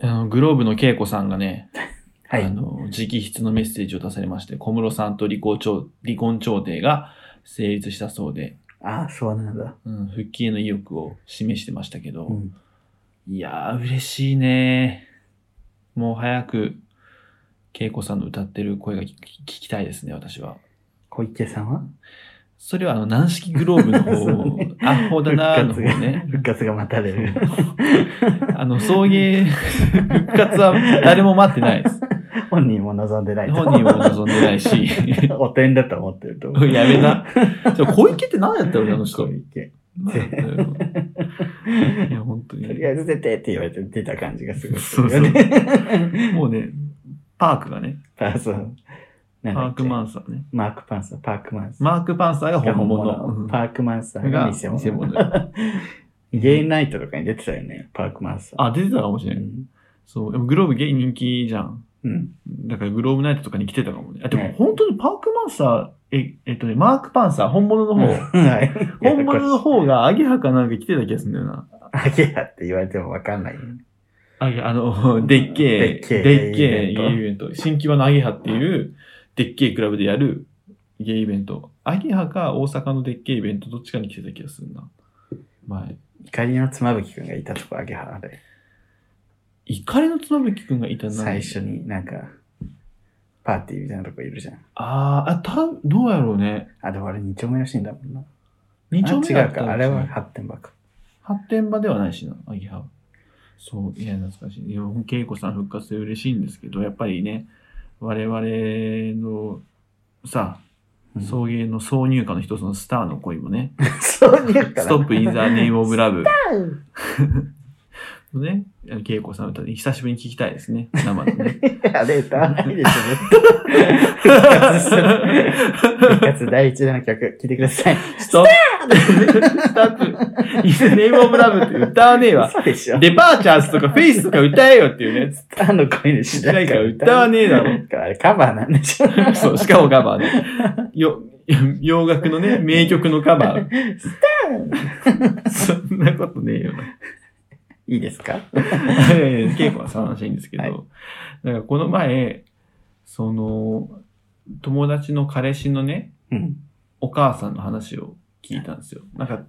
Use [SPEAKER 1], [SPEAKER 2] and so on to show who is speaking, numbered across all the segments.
[SPEAKER 1] あの、グローブの恵子さんがね、
[SPEAKER 2] は
[SPEAKER 1] あ
[SPEAKER 2] い。
[SPEAKER 1] の、直筆のメッセージを出されまして、小室さんと離婚調離婚調停が成立したそうで、
[SPEAKER 2] ああ、そうなんだ。
[SPEAKER 1] うん、復帰への意欲を示してましたけど、
[SPEAKER 2] うん。
[SPEAKER 1] いやー、嬉しいね。もう早く、恵子さんの歌ってる声が聞き聞きたいですね、私は。
[SPEAKER 2] 小池さんは
[SPEAKER 1] それはあの、軟式グローブの
[SPEAKER 2] そうね
[SPEAKER 1] 方、アホだなーの方ね。
[SPEAKER 2] 復活が待たれる。
[SPEAKER 1] あの、送迎、復活は誰も待ってないです。
[SPEAKER 2] 本人も望んでないと。
[SPEAKER 1] 本人も望んでないし。い
[SPEAKER 2] お点だと思ってると思う。
[SPEAKER 1] やめ な。ちょ小池って何やったのあの 人
[SPEAKER 2] 小。池。
[SPEAKER 1] なんだよいや、本当
[SPEAKER 2] と
[SPEAKER 1] に
[SPEAKER 2] り。あえず出てって言われて出た感じがすごい。
[SPEAKER 1] そうそうもうね、パークがね、
[SPEAKER 2] パーそう。
[SPEAKER 1] パ
[SPEAKER 2] なんだ
[SPEAKER 1] ー
[SPEAKER 2] っけ
[SPEAKER 1] クマンサーね。
[SPEAKER 2] マークパンサー、パークマンサー。
[SPEAKER 1] マークパンサーが
[SPEAKER 2] が
[SPEAKER 1] 本
[SPEAKER 2] 本
[SPEAKER 1] 物。
[SPEAKER 2] 物
[SPEAKER 1] うん
[SPEAKER 2] パークマンサーが
[SPEAKER 1] が
[SPEAKER 2] 偽
[SPEAKER 1] 偽
[SPEAKER 2] 物。
[SPEAKER 1] 物。
[SPEAKER 2] ゲイナイトとかに出てたよね、パークマンサー。
[SPEAKER 1] あ、出てたかもし
[SPEAKER 2] う
[SPEAKER 1] れない。
[SPEAKER 2] ん。
[SPEAKER 1] そう。でもグローブゲイ人気じゃん。
[SPEAKER 2] うん。
[SPEAKER 1] だからグローブナイトとかに来てたかもね。あ、でも
[SPEAKER 2] ね
[SPEAKER 1] 本当にパークマンサー、え、えっとね、マークパンサー、本物の方。
[SPEAKER 2] はい。
[SPEAKER 1] 本物の方がアゲハかなんか来てた気がするんだよな。
[SPEAKER 2] アゲハって言われてもわかんないよね。
[SPEAKER 1] アゲあの、でっけえ、
[SPEAKER 2] でっけえ
[SPEAKER 1] でっけえゲ
[SPEAKER 2] イベント
[SPEAKER 1] イイベント。新木場のアゲハっていう、でっけえクラブでやるゲイイベント。アゲハか大阪のでっけえイベント、どっちかに来てた気がするな。前。
[SPEAKER 2] 怒りの妻夫木くんがいたとこアゲハで、
[SPEAKER 1] 怒りのつまぶきくんがいたな。
[SPEAKER 2] 最初になんか、パーティーみたいなとこいるじゃん。
[SPEAKER 1] あーあ、た、どうやろうね。
[SPEAKER 2] あ、でもあれ二丁目らしいんだもんな。
[SPEAKER 1] 二丁目だ
[SPEAKER 2] あ違
[SPEAKER 1] っ
[SPEAKER 2] う
[SPEAKER 1] た
[SPEAKER 2] か、
[SPEAKER 1] の
[SPEAKER 2] あれは発展ばっか。
[SPEAKER 1] 発展場ではないしな、アギハは。そう、いや、懐かしい。いや、恵子さん復活で嬉しいんですけど、やっぱりね、我々の、さ、
[SPEAKER 2] うん
[SPEAKER 1] 送迎の挿入歌の一つのスターの恋もね、
[SPEAKER 2] そうに言ったら。
[SPEAKER 1] ストップ・イン・ザ・ネイム・オブ・ラブ。
[SPEAKER 2] うん
[SPEAKER 1] ね、あの恵子さんの歌で久しぶりに聴きたいですね、生の ね。
[SPEAKER 2] あれ歌わないでしょ、 絶対復活して復活第一弾の曲、聴いてください。
[SPEAKER 1] ストップストップイン・ザ・ネイム・オブ・ラブって歌わねえわ。
[SPEAKER 2] そうでしょ。
[SPEAKER 1] デパーチャーズとかフェイスとか歌えよっていうね。
[SPEAKER 2] スターの声の主題歌
[SPEAKER 1] 歌わねえだろ。
[SPEAKER 2] あれカバーなんでしょ。
[SPEAKER 1] そう、しかもカバーね。よ、洋楽のね、名曲のカバー。そんなことねえよな。
[SPEAKER 2] いいですか
[SPEAKER 1] いやいや、稽古は楽しいんですけど、
[SPEAKER 2] はい
[SPEAKER 1] なんかこの前、その、友達の彼氏のね、
[SPEAKER 2] うん。
[SPEAKER 1] お母さんの話を聞いたんですよ。なんか、
[SPEAKER 2] ん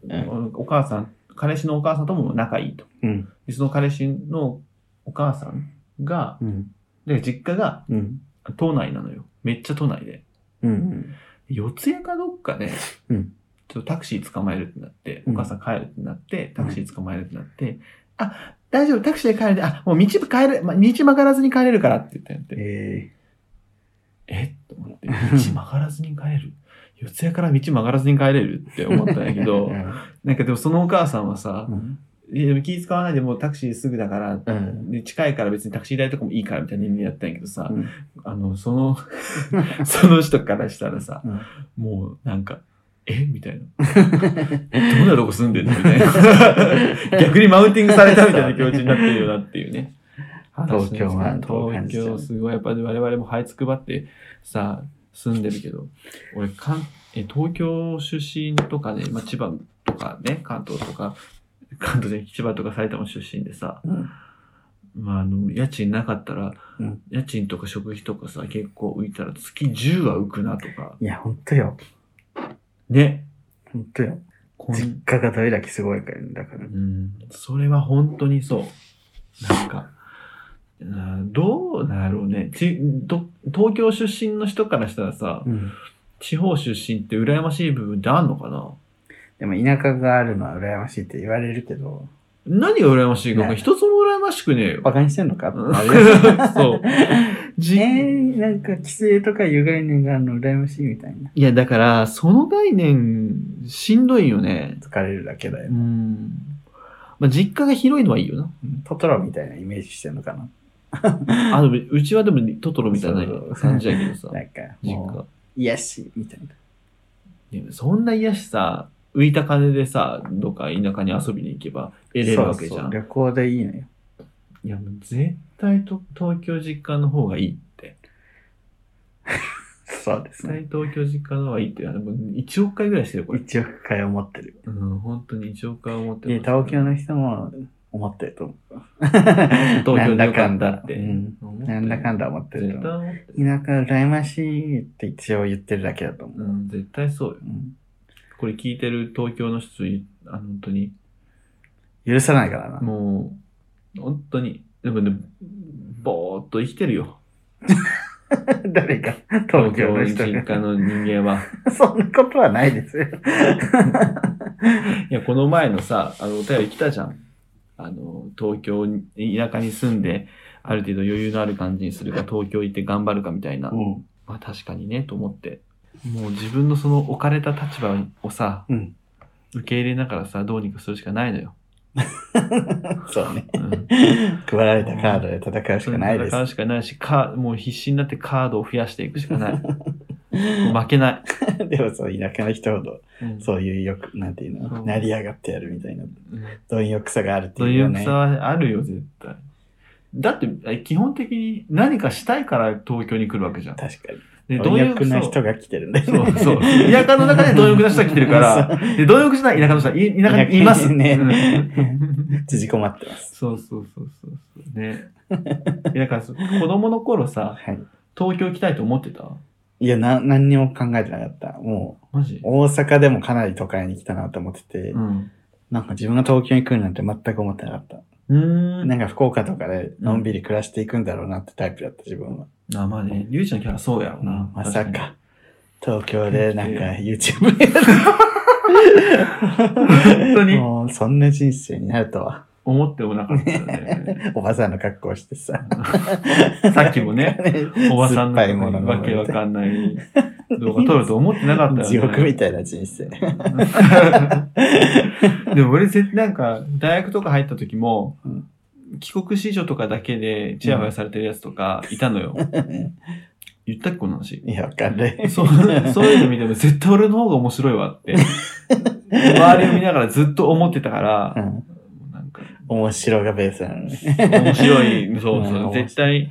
[SPEAKER 1] お母さん、彼氏のお母さんとも仲いいと。
[SPEAKER 2] うん。
[SPEAKER 1] でその彼氏のお母さんが、
[SPEAKER 2] うん。
[SPEAKER 1] で実家が
[SPEAKER 2] うん。
[SPEAKER 1] 都内なのよ。めっちゃ都内で。
[SPEAKER 2] うん。
[SPEAKER 1] 四谷かどっかで、
[SPEAKER 2] うん
[SPEAKER 1] ちょっとタクシー捕まえるってなって、
[SPEAKER 2] う
[SPEAKER 1] お
[SPEAKER 2] ん
[SPEAKER 1] 母さん帰るってなって、タクシー捕まえるってなって、あ、大丈夫、タクシーで帰るで、あ、もう道帰れ、ま、道曲がらずに帰れるからって言ったんやって。
[SPEAKER 2] え
[SPEAKER 1] えと思って、道曲がらずに帰れる四谷から道曲がらずに帰れるって思ったんやけ
[SPEAKER 2] ー
[SPEAKER 1] ど
[SPEAKER 2] う、
[SPEAKER 1] なんかでもそのお母さんはさ、
[SPEAKER 2] ん。
[SPEAKER 1] いやでも気使わないでもうタクシーすぐだから、
[SPEAKER 2] うん。
[SPEAKER 1] で近いから別にタクシー代とかもいいからみたいな意味でやったんやけどさ、
[SPEAKER 2] うん
[SPEAKER 1] あの、その、 その人からしたらさ、
[SPEAKER 2] うん
[SPEAKER 1] もうなんか、えみたいな。どんなとこ住んでんのみたい な。逆にマウンティングされたみたいな気持ちになってるよなっていうね。
[SPEAKER 2] 東京はどう
[SPEAKER 1] 東
[SPEAKER 2] 感じちゃ
[SPEAKER 1] 京
[SPEAKER 2] う
[SPEAKER 1] すごい。やっぱり我々も這いつくばってさ、住んでるけど、俺かんえ、東京出身とかね、まあ、千葉とかね、関東とか、関東で千葉とか埼玉出身でさ、
[SPEAKER 2] うん
[SPEAKER 1] まあ、あの、家賃なかったら、
[SPEAKER 2] うん
[SPEAKER 1] 家賃とか食費とかさ、結構浮いたら月10は浮くなとか、
[SPEAKER 2] いや、ほんとよ。
[SPEAKER 1] ね。
[SPEAKER 2] ほんとよ。
[SPEAKER 1] こん
[SPEAKER 2] 実家がどれだけすごいかよだから
[SPEAKER 1] う。ん、それは本当にそう。なんか、うんどうだろうねちど。東京出身の人からしたらさ、
[SPEAKER 2] うん。
[SPEAKER 1] 地方出身って羨ましい部分ってあんのかな
[SPEAKER 2] でも田舎があるのは羨ましいって言われるけど、
[SPEAKER 1] 何が羨ましいか、
[SPEAKER 2] ね
[SPEAKER 1] 一つも羨ましくねえよ。
[SPEAKER 2] バカにしてんのかって
[SPEAKER 1] うん
[SPEAKER 2] なるよ
[SPEAKER 1] そう。
[SPEAKER 2] え
[SPEAKER 1] じ
[SPEAKER 2] ー、なんか規制とかいう概念があるの羨ましいみたいな。
[SPEAKER 1] いや、だから、その概念、しんどいよね。
[SPEAKER 2] 疲れるだけだ
[SPEAKER 1] う
[SPEAKER 2] よ。
[SPEAKER 1] ん。まあ、実家が広いのはいいよな。
[SPEAKER 2] トトロみたいなイメージしてんのかな。
[SPEAKER 1] あの、うちはでもトトロみたいな
[SPEAKER 2] そう
[SPEAKER 1] 感じやけど さ、
[SPEAKER 2] なんか、
[SPEAKER 1] 実
[SPEAKER 2] も
[SPEAKER 1] 家
[SPEAKER 2] う。、癒やし、みたいな。
[SPEAKER 1] でもそんな癒しさ、浮いた金でさ、どっか田舎に遊びに行けば得れるわけじゃん。
[SPEAKER 2] そうそう旅行でいいのよ。
[SPEAKER 1] いや、もう絶対と東京実家の方がいいって。
[SPEAKER 2] そうです
[SPEAKER 1] 絶
[SPEAKER 2] ね。
[SPEAKER 1] 対東京実家の方がいいって。あのもう1億回ぐらいしてるよ、これ。
[SPEAKER 2] 1億回を持ってる。
[SPEAKER 1] うん、本当に1億回思って
[SPEAKER 2] で、東京の人も、思ってると思う。
[SPEAKER 1] 東京でよかったって。
[SPEAKER 2] うんなんだかんだ思ってると
[SPEAKER 1] 絶対
[SPEAKER 2] 思う。
[SPEAKER 1] 思ってる。
[SPEAKER 2] 田舎羨ましいって一応言ってるだけだと思う。
[SPEAKER 1] うん、絶対そうよ。
[SPEAKER 2] うん
[SPEAKER 1] これ聞いてる東京の人、いあの本当に、
[SPEAKER 2] 許さないからな。
[SPEAKER 1] もう、本当に、でもね、ぼーっと生きてるよ。
[SPEAKER 2] 誰か、東
[SPEAKER 1] 東
[SPEAKER 2] 京
[SPEAKER 1] 京
[SPEAKER 2] の
[SPEAKER 1] の
[SPEAKER 2] 人
[SPEAKER 1] 実家
[SPEAKER 2] が。
[SPEAKER 1] の人間は。
[SPEAKER 2] そんなことはないですよ。
[SPEAKER 1] いや、この前のさ、あの、お便り来たじゃん。あの、東京に、田舎に住んで、ある程度余裕のある感じにするか、東京行って頑張るかみたいな。
[SPEAKER 2] うん。
[SPEAKER 1] まあ確かにね、と思って。もう自分のその置かれた立場をさ、
[SPEAKER 2] うん。
[SPEAKER 1] 受け入れながらさ、どうにかするしかないのよ。
[SPEAKER 2] そうね。
[SPEAKER 1] うん。
[SPEAKER 2] 配られたカードで戦うし
[SPEAKER 1] そ
[SPEAKER 2] か
[SPEAKER 1] れ
[SPEAKER 2] ない
[SPEAKER 1] に
[SPEAKER 2] です
[SPEAKER 1] 戦。うしかないし、カーもう必死になってカードを増やしていくしか ない。もう負けない。
[SPEAKER 2] でもそう、田舎の人ほど、
[SPEAKER 1] うん
[SPEAKER 2] そういう欲、なんていうの、
[SPEAKER 1] うん
[SPEAKER 2] 成り上がってやるみたいな、
[SPEAKER 1] うん
[SPEAKER 2] 貪欲さがあるって
[SPEAKER 1] そう
[SPEAKER 2] い
[SPEAKER 1] いうう
[SPEAKER 2] ね
[SPEAKER 1] 草。はあるよ、絶対。だって、え基本的に何かしたいから東京に来るわけじゃん。
[SPEAKER 2] 確か
[SPEAKER 1] で、
[SPEAKER 2] に。貪欲な
[SPEAKER 1] そう
[SPEAKER 2] 人が来てるんだよ
[SPEAKER 1] そ
[SPEAKER 2] ね。
[SPEAKER 1] うそう。田舎の中で貪欲な人が来てるから、
[SPEAKER 2] そう、
[SPEAKER 1] で、貪欲しない田舎の人は、い田舎にいます。
[SPEAKER 2] ね
[SPEAKER 1] うん
[SPEAKER 2] 縮こまってます。
[SPEAKER 1] そうそうそうそうそう。ね。いやだから、子供の頃さ、
[SPEAKER 2] はい。
[SPEAKER 1] 東京行きたいと思ってた
[SPEAKER 2] いや、な、何にも考えてなかった。も
[SPEAKER 1] マジ
[SPEAKER 2] う、大阪でもかなり都会に来たなと思ってて、
[SPEAKER 1] うん。
[SPEAKER 2] なんか自分が東京に来るなんて全く思ってなかった。
[SPEAKER 1] うーん。
[SPEAKER 2] なんか福岡とかでのんびり暮らしていくんだろうなってタイプだった自分は。
[SPEAKER 1] あ、まあね、リュウちゃんのキャラそうやろうな。
[SPEAKER 2] まさ
[SPEAKER 1] 確に。
[SPEAKER 2] か、東京でなんか YouTube やる。
[SPEAKER 1] 本当に
[SPEAKER 2] もうそんな人生になるとは。
[SPEAKER 1] 思ってもなかったよね。
[SPEAKER 2] おばさんの格好をしてさ。
[SPEAKER 1] さっきも ね、 おばさん
[SPEAKER 2] 酸っぱいも
[SPEAKER 1] の
[SPEAKER 2] の
[SPEAKER 1] わけわ
[SPEAKER 2] ん
[SPEAKER 1] かんない動画撮ると思ってなかったよ、ね。
[SPEAKER 2] 地獄みたいな人生。
[SPEAKER 1] でも俺絶なんか、大学とか入った時も
[SPEAKER 2] うん、
[SPEAKER 1] 帰国子女とかだけでチヤホヤされてるやつとかいたの よ。言ったっけこの話。
[SPEAKER 2] いや、わかんない。
[SPEAKER 1] そう、そういうの見ても絶対俺の方が面白いわって、周りを見ながらずっと思ってたから
[SPEAKER 2] う、ん
[SPEAKER 1] なんか、
[SPEAKER 2] 面白がベースなのね。
[SPEAKER 1] 面白い、そう
[SPEAKER 2] うん
[SPEAKER 1] そう、
[SPEAKER 2] 面白い
[SPEAKER 1] 絶対、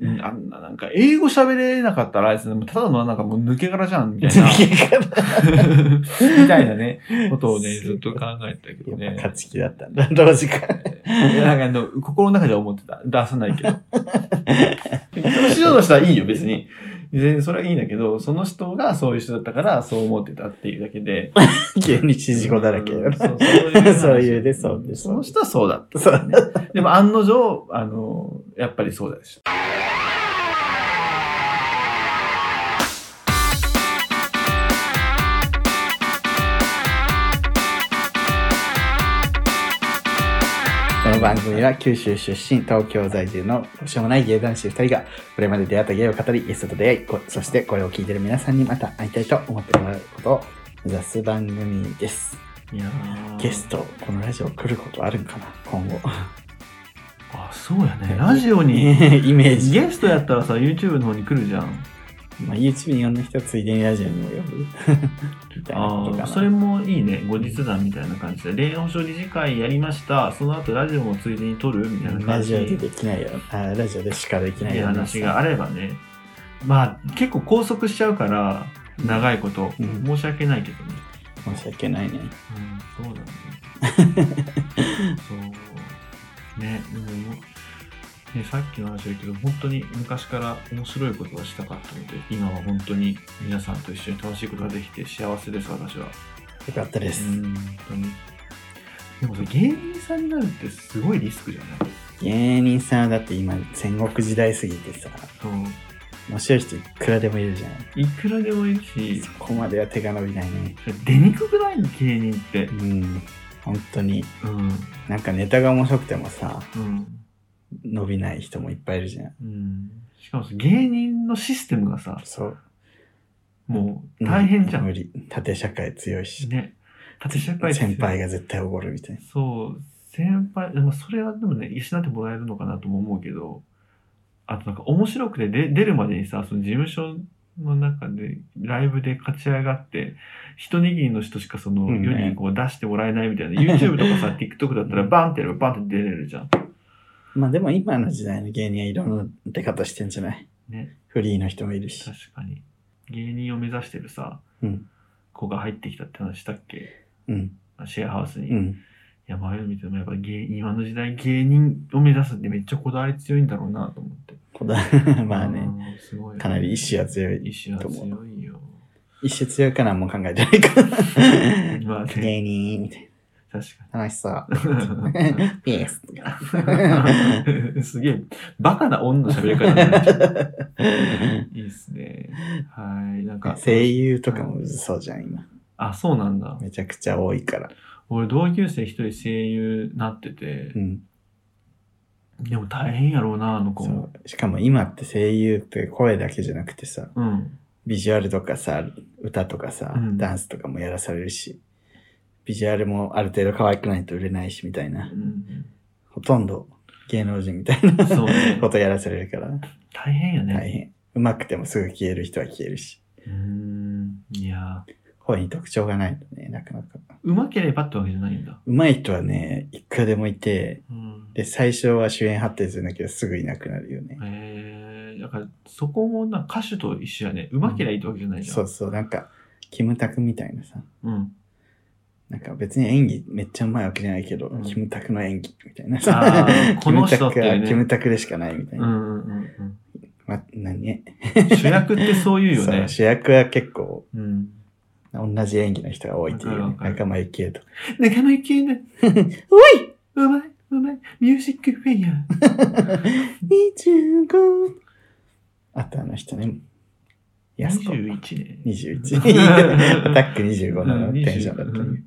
[SPEAKER 1] うんあんななんか、英語喋れなかったらあいつ、ただのなんかもう抜け殻じゃん、みたいな。 みたいなね、ことをね、ずっと考えてたけど
[SPEAKER 2] やっ
[SPEAKER 1] ね。
[SPEAKER 2] ぱ勝ち気だったんだ。同時か。
[SPEAKER 1] いやなんかあの、心の中では思ってた。出さないけど。その人の人はいいよ、別に。全然それはいいんだけど、その人がそういう人だったから、そう思ってたっていうだけで。
[SPEAKER 2] 急に縮こだらけ
[SPEAKER 1] う
[SPEAKER 2] よ
[SPEAKER 1] ん
[SPEAKER 2] な。
[SPEAKER 1] そうそう
[SPEAKER 2] そういうねそうね
[SPEAKER 1] んその人はそうだった。
[SPEAKER 2] そう。
[SPEAKER 1] でも案の定、あの、やっぱりそうだし。
[SPEAKER 2] この番組は九州出身、東京在住のどうしようもない芸男子2人が、これまで出会った芸を語り、ゲストと出会い、こそしてこれを聞いてる皆さんにまた会いたいと思ってもらうことを目指す番組です。
[SPEAKER 1] いやー
[SPEAKER 2] ゲスト、このラジオ来ることあるんかな今後。
[SPEAKER 1] あ、そうやね。ラジオに。
[SPEAKER 2] イメージ。
[SPEAKER 1] ゲストやったらさ、YouTube の方に来るじゃん。
[SPEAKER 2] まあ、YouTube に呼んだ人はついでにラジオにも呼ぶ。 みたいなことか
[SPEAKER 1] ああ
[SPEAKER 2] な。
[SPEAKER 1] それもいいね後日談みたいな感じで恋愛症理事会やりましたその後ラジオもついでに撮るみたいな
[SPEAKER 2] ラ
[SPEAKER 1] 感じ
[SPEAKER 2] ジオでできないよ。あラジオでしかできない
[SPEAKER 1] い
[SPEAKER 2] よ
[SPEAKER 1] う
[SPEAKER 2] うな
[SPEAKER 1] 話があればねまあ結構拘束しちゃうから長いこと、
[SPEAKER 2] うん
[SPEAKER 1] 申し訳ないけどね、
[SPEAKER 2] 申し訳ないね。
[SPEAKER 1] うん、そうだねそうねでももねさっきの話だけど本当に昔から面白いことはしたかったので今は本当に皆さんと一緒に楽しいことができて幸せです私は
[SPEAKER 2] よかったです。
[SPEAKER 1] うん本当にでもさ芸人さんになるってすごいリスクじゃない
[SPEAKER 2] 芸人さんはだって今戦国時代すぎてさ
[SPEAKER 1] そう
[SPEAKER 2] 面白い人いくらでもいるじゃん
[SPEAKER 1] いくらでもいいし
[SPEAKER 2] そこまでは手が伸びないね
[SPEAKER 1] 出にくくない芸人って
[SPEAKER 2] うん本当に
[SPEAKER 1] うん
[SPEAKER 2] なんかネタが面白くてもさ
[SPEAKER 1] うん
[SPEAKER 2] 伸びない人もいっぱいいるじゃん
[SPEAKER 1] うんしかもさ芸人のシステムがさ
[SPEAKER 2] そう
[SPEAKER 1] もう大変じゃん、
[SPEAKER 2] 無理縦社会強いし
[SPEAKER 1] ね縦社会って
[SPEAKER 2] 先輩が絶対おごるみたいな
[SPEAKER 1] そう先輩でもそれはでもね養ってもらえるのかなとも思うけどあとなんか面白くてで出るまでにさその事務所の中でライブで勝ち上がって一握りの人しかその
[SPEAKER 2] うん
[SPEAKER 1] 世
[SPEAKER 2] ね
[SPEAKER 1] にこう出してもらえないみたいな、YouTube と かさ TikTok だったらバンってやればバンって出れるじゃん
[SPEAKER 2] まあでも今の時代の芸人はいろんな出方してんじゃない
[SPEAKER 1] ね
[SPEAKER 2] フリーの人もいるし
[SPEAKER 1] 確かに芸人を目指してるさ
[SPEAKER 2] うん
[SPEAKER 1] 子が入ってきたって話したっけ
[SPEAKER 2] うん
[SPEAKER 1] シェアハウスに、
[SPEAKER 2] うん
[SPEAKER 1] やばい見てもやっぱ芸今の時代芸人を目指すってめっちゃこだわり強いんだろうなと思って。
[SPEAKER 2] こだ まあね、
[SPEAKER 1] うん、すごい
[SPEAKER 2] かなり意志は強い。
[SPEAKER 1] 意志は強い よ。
[SPEAKER 2] 意志強いからもう考えてない から。
[SPEAKER 1] まあね、
[SPEAKER 2] 芸人みたい
[SPEAKER 1] 確
[SPEAKER 2] な。楽 しそう。
[SPEAKER 1] か
[SPEAKER 2] ピース。
[SPEAKER 1] に。 すげえ、バカな女の喋り方になっ ちゃういいっすね。はい。なんか、
[SPEAKER 2] 声優とかもそうじゃん、今。
[SPEAKER 1] あ、そうなんだ。
[SPEAKER 2] めちゃくちゃ多いから。
[SPEAKER 1] 俺、同級生一人声優なってて
[SPEAKER 2] う、ん。
[SPEAKER 1] でも大変やろうな、あの子
[SPEAKER 2] そ
[SPEAKER 1] も。
[SPEAKER 2] う。しかも今って声優って声だけじゃなくてさ、
[SPEAKER 1] うん。
[SPEAKER 2] ビジュアルとかさ、歌とかさ、
[SPEAKER 1] うん
[SPEAKER 2] ダンスとかもやらされるし、ビジュアルもある程度可愛くないと売れないしみたいうな。
[SPEAKER 1] ん
[SPEAKER 2] ほとんど芸能人みたいな
[SPEAKER 1] そうね
[SPEAKER 2] こ。とやらされるから、
[SPEAKER 1] 大変や
[SPEAKER 2] 大
[SPEAKER 1] ね。
[SPEAKER 2] 変。うまくてもすぐ消える人は消えるし、
[SPEAKER 1] うーん。いやー、
[SPEAKER 2] 声に特徴がないとね、なかなか。
[SPEAKER 1] うまければってわけじゃないんだ。
[SPEAKER 2] うまい人はね、いくらでもいて、
[SPEAKER 1] うん。
[SPEAKER 2] で、最初は主演発展するんだけど、すぐいなくなるよね。
[SPEAKER 1] えー、だからそこもな歌手と一緒やね。うまけりゃいいってわけじゃないじゃん。
[SPEAKER 2] そうそう、なんか、キムタクみたいなさ、
[SPEAKER 1] うん。
[SPEAKER 2] なんか別に演技めっちゃうまいわけじゃないけど、
[SPEAKER 1] うん
[SPEAKER 2] キムタクの演技みたいな
[SPEAKER 1] あ
[SPEAKER 2] さ、
[SPEAKER 1] ーこの人って
[SPEAKER 2] キムタクは
[SPEAKER 1] ね
[SPEAKER 2] キムタクでしかないみたい
[SPEAKER 1] うんう
[SPEAKER 2] な。
[SPEAKER 1] んうん
[SPEAKER 2] ま、何ね
[SPEAKER 1] うん。主役ってそういうよ
[SPEAKER 2] そ
[SPEAKER 1] ね
[SPEAKER 2] う。主役は結構、
[SPEAKER 1] うん。
[SPEAKER 2] 同じ演技の人が多いっていう、
[SPEAKER 1] わか
[SPEAKER 2] ね、
[SPEAKER 1] るわかる
[SPEAKER 2] 仲間由紀恵とか。
[SPEAKER 1] 仲間いけね。
[SPEAKER 2] おいう
[SPEAKER 1] まい、うまい。ミュージックフェイヤー。
[SPEAKER 2] 25あとあの人ね、やす子。
[SPEAKER 1] 21ね。
[SPEAKER 2] 21。アタック25のテンションだった
[SPEAKER 1] う
[SPEAKER 2] ね
[SPEAKER 1] ん。い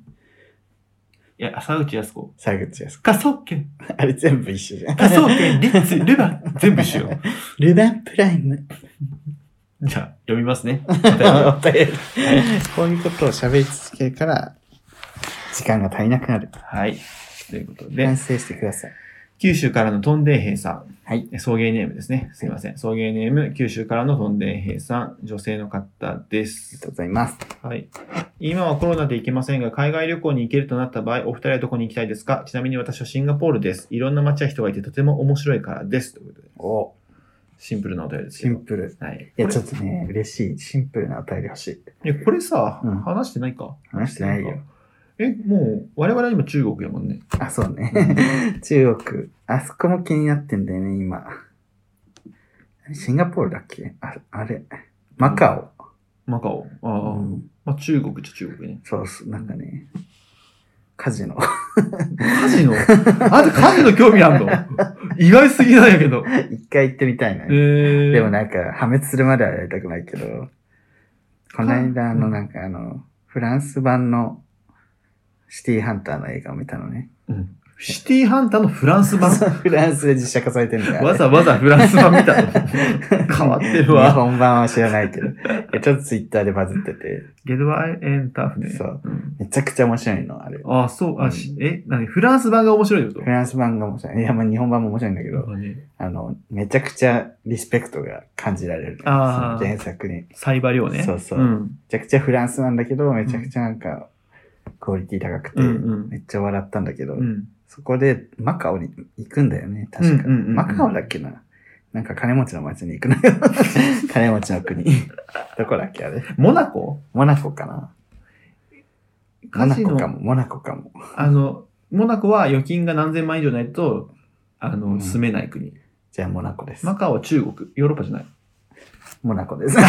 [SPEAKER 1] や、浅内靖子。
[SPEAKER 2] 沢口やす子。
[SPEAKER 1] 科捜研。
[SPEAKER 2] あれ全部一緒じゃん。
[SPEAKER 1] 科捜研、リッツ、ルバ、全部しよ
[SPEAKER 2] ルバンプライム。
[SPEAKER 1] う。じゃあ、読みますね。
[SPEAKER 2] お便りこういうことを喋り続けるから、時間が足りなくなる。
[SPEAKER 1] はい。ということで
[SPEAKER 2] 反。省してください。
[SPEAKER 1] 九州からのトンデン兵さん。
[SPEAKER 2] はい。
[SPEAKER 1] 送迎ネームですね。すいません。送迎ネーム、九州からのトンデン兵さん。女性の方で
[SPEAKER 2] あり
[SPEAKER 1] す
[SPEAKER 2] がと。うございます。
[SPEAKER 1] はい。今はコロナで行けませんが、海外旅行に行けるとなった場合、お二人はどこに行きたいですかちなみに私はシンガポールです。いろんな街や人がいてとても面白いからです。ということで、
[SPEAKER 2] お
[SPEAKER 1] シンプルなお便りです
[SPEAKER 2] シ
[SPEAKER 1] け
[SPEAKER 2] ン
[SPEAKER 1] ど。
[SPEAKER 2] プル。
[SPEAKER 1] はい。
[SPEAKER 2] いや、ちょっとね、嬉しい。シンプルなお便り欲しい。
[SPEAKER 1] え、これさ、
[SPEAKER 2] うん
[SPEAKER 1] 話してないか
[SPEAKER 2] 話してないよ。。
[SPEAKER 1] え、もう、我々今中国やもんね。
[SPEAKER 2] あ、そうね。 中国。あそこも気になってんだよね、今。シンガポールだっけああれ。マカ
[SPEAKER 1] マカオ。ああ
[SPEAKER 2] オ。、うん、
[SPEAKER 1] まあ中国っちゃ中国ね。
[SPEAKER 2] そうそう、なんかね。カジノ。
[SPEAKER 1] カジノあんたカジノ興味あんの 意外すぎなんやけど。
[SPEAKER 2] 一回行ってみたいな。
[SPEAKER 1] えー、
[SPEAKER 2] でもなんか、破滅するまではやりたくないけど、この間、あ
[SPEAKER 1] う
[SPEAKER 2] の、
[SPEAKER 1] ん
[SPEAKER 2] なんかあの、フランス版のシティーハンターの映画を見たのね。
[SPEAKER 1] うん、シティハンターのフランス版。
[SPEAKER 2] フランスで実写化されてるんだよ。
[SPEAKER 1] わざわざフランス版見たの。 変わってる
[SPEAKER 2] 日
[SPEAKER 1] わ。
[SPEAKER 2] 本版は知らないけど。いやちょっとツイッターでバズってて、
[SPEAKER 1] ゲドワエンターフね。
[SPEAKER 2] そう
[SPEAKER 1] うん。
[SPEAKER 2] めちゃくちゃ面白いの、あれ。フ
[SPEAKER 1] あ、そう、あ、し、え、なに、フランス版が面白いってこと
[SPEAKER 2] ランス版が面白い。いや、まあ日本版も面白いんだけ
[SPEAKER 1] なん
[SPEAKER 2] ど、
[SPEAKER 1] かね
[SPEAKER 2] あの、めちゃくちゃリスペクトが感じられる。
[SPEAKER 1] あー
[SPEAKER 2] その原作に。め
[SPEAKER 1] サイバリョーね。。
[SPEAKER 2] そうそうんちゃくちゃフランスなんだけど、めちゃくちゃなんか、クオリティ高くて、
[SPEAKER 1] うんうん
[SPEAKER 2] めっちゃ笑ったんだけど、
[SPEAKER 1] うん。
[SPEAKER 2] そこでマカオに行くんだよね、確か。
[SPEAKER 1] うんうんうんうん
[SPEAKER 2] マカオだっけななんか金持ちの町に行 くのよ。金持ちの国。どこだっけあれ
[SPEAKER 1] モナコ
[SPEAKER 2] モナコかなモ
[SPEAKER 1] カ
[SPEAKER 2] ナ
[SPEAKER 1] ジ
[SPEAKER 2] コ
[SPEAKER 1] ノ
[SPEAKER 2] か。も、モナコかも。
[SPEAKER 1] あの、モナコは預金が何千万以上ないと、あ
[SPEAKER 2] う
[SPEAKER 1] の、
[SPEAKER 2] ん
[SPEAKER 1] 住めない国。
[SPEAKER 2] じゃあモナコです。
[SPEAKER 1] マカオは中国。ヨーロッパじゃ ない。
[SPEAKER 2] モナコです。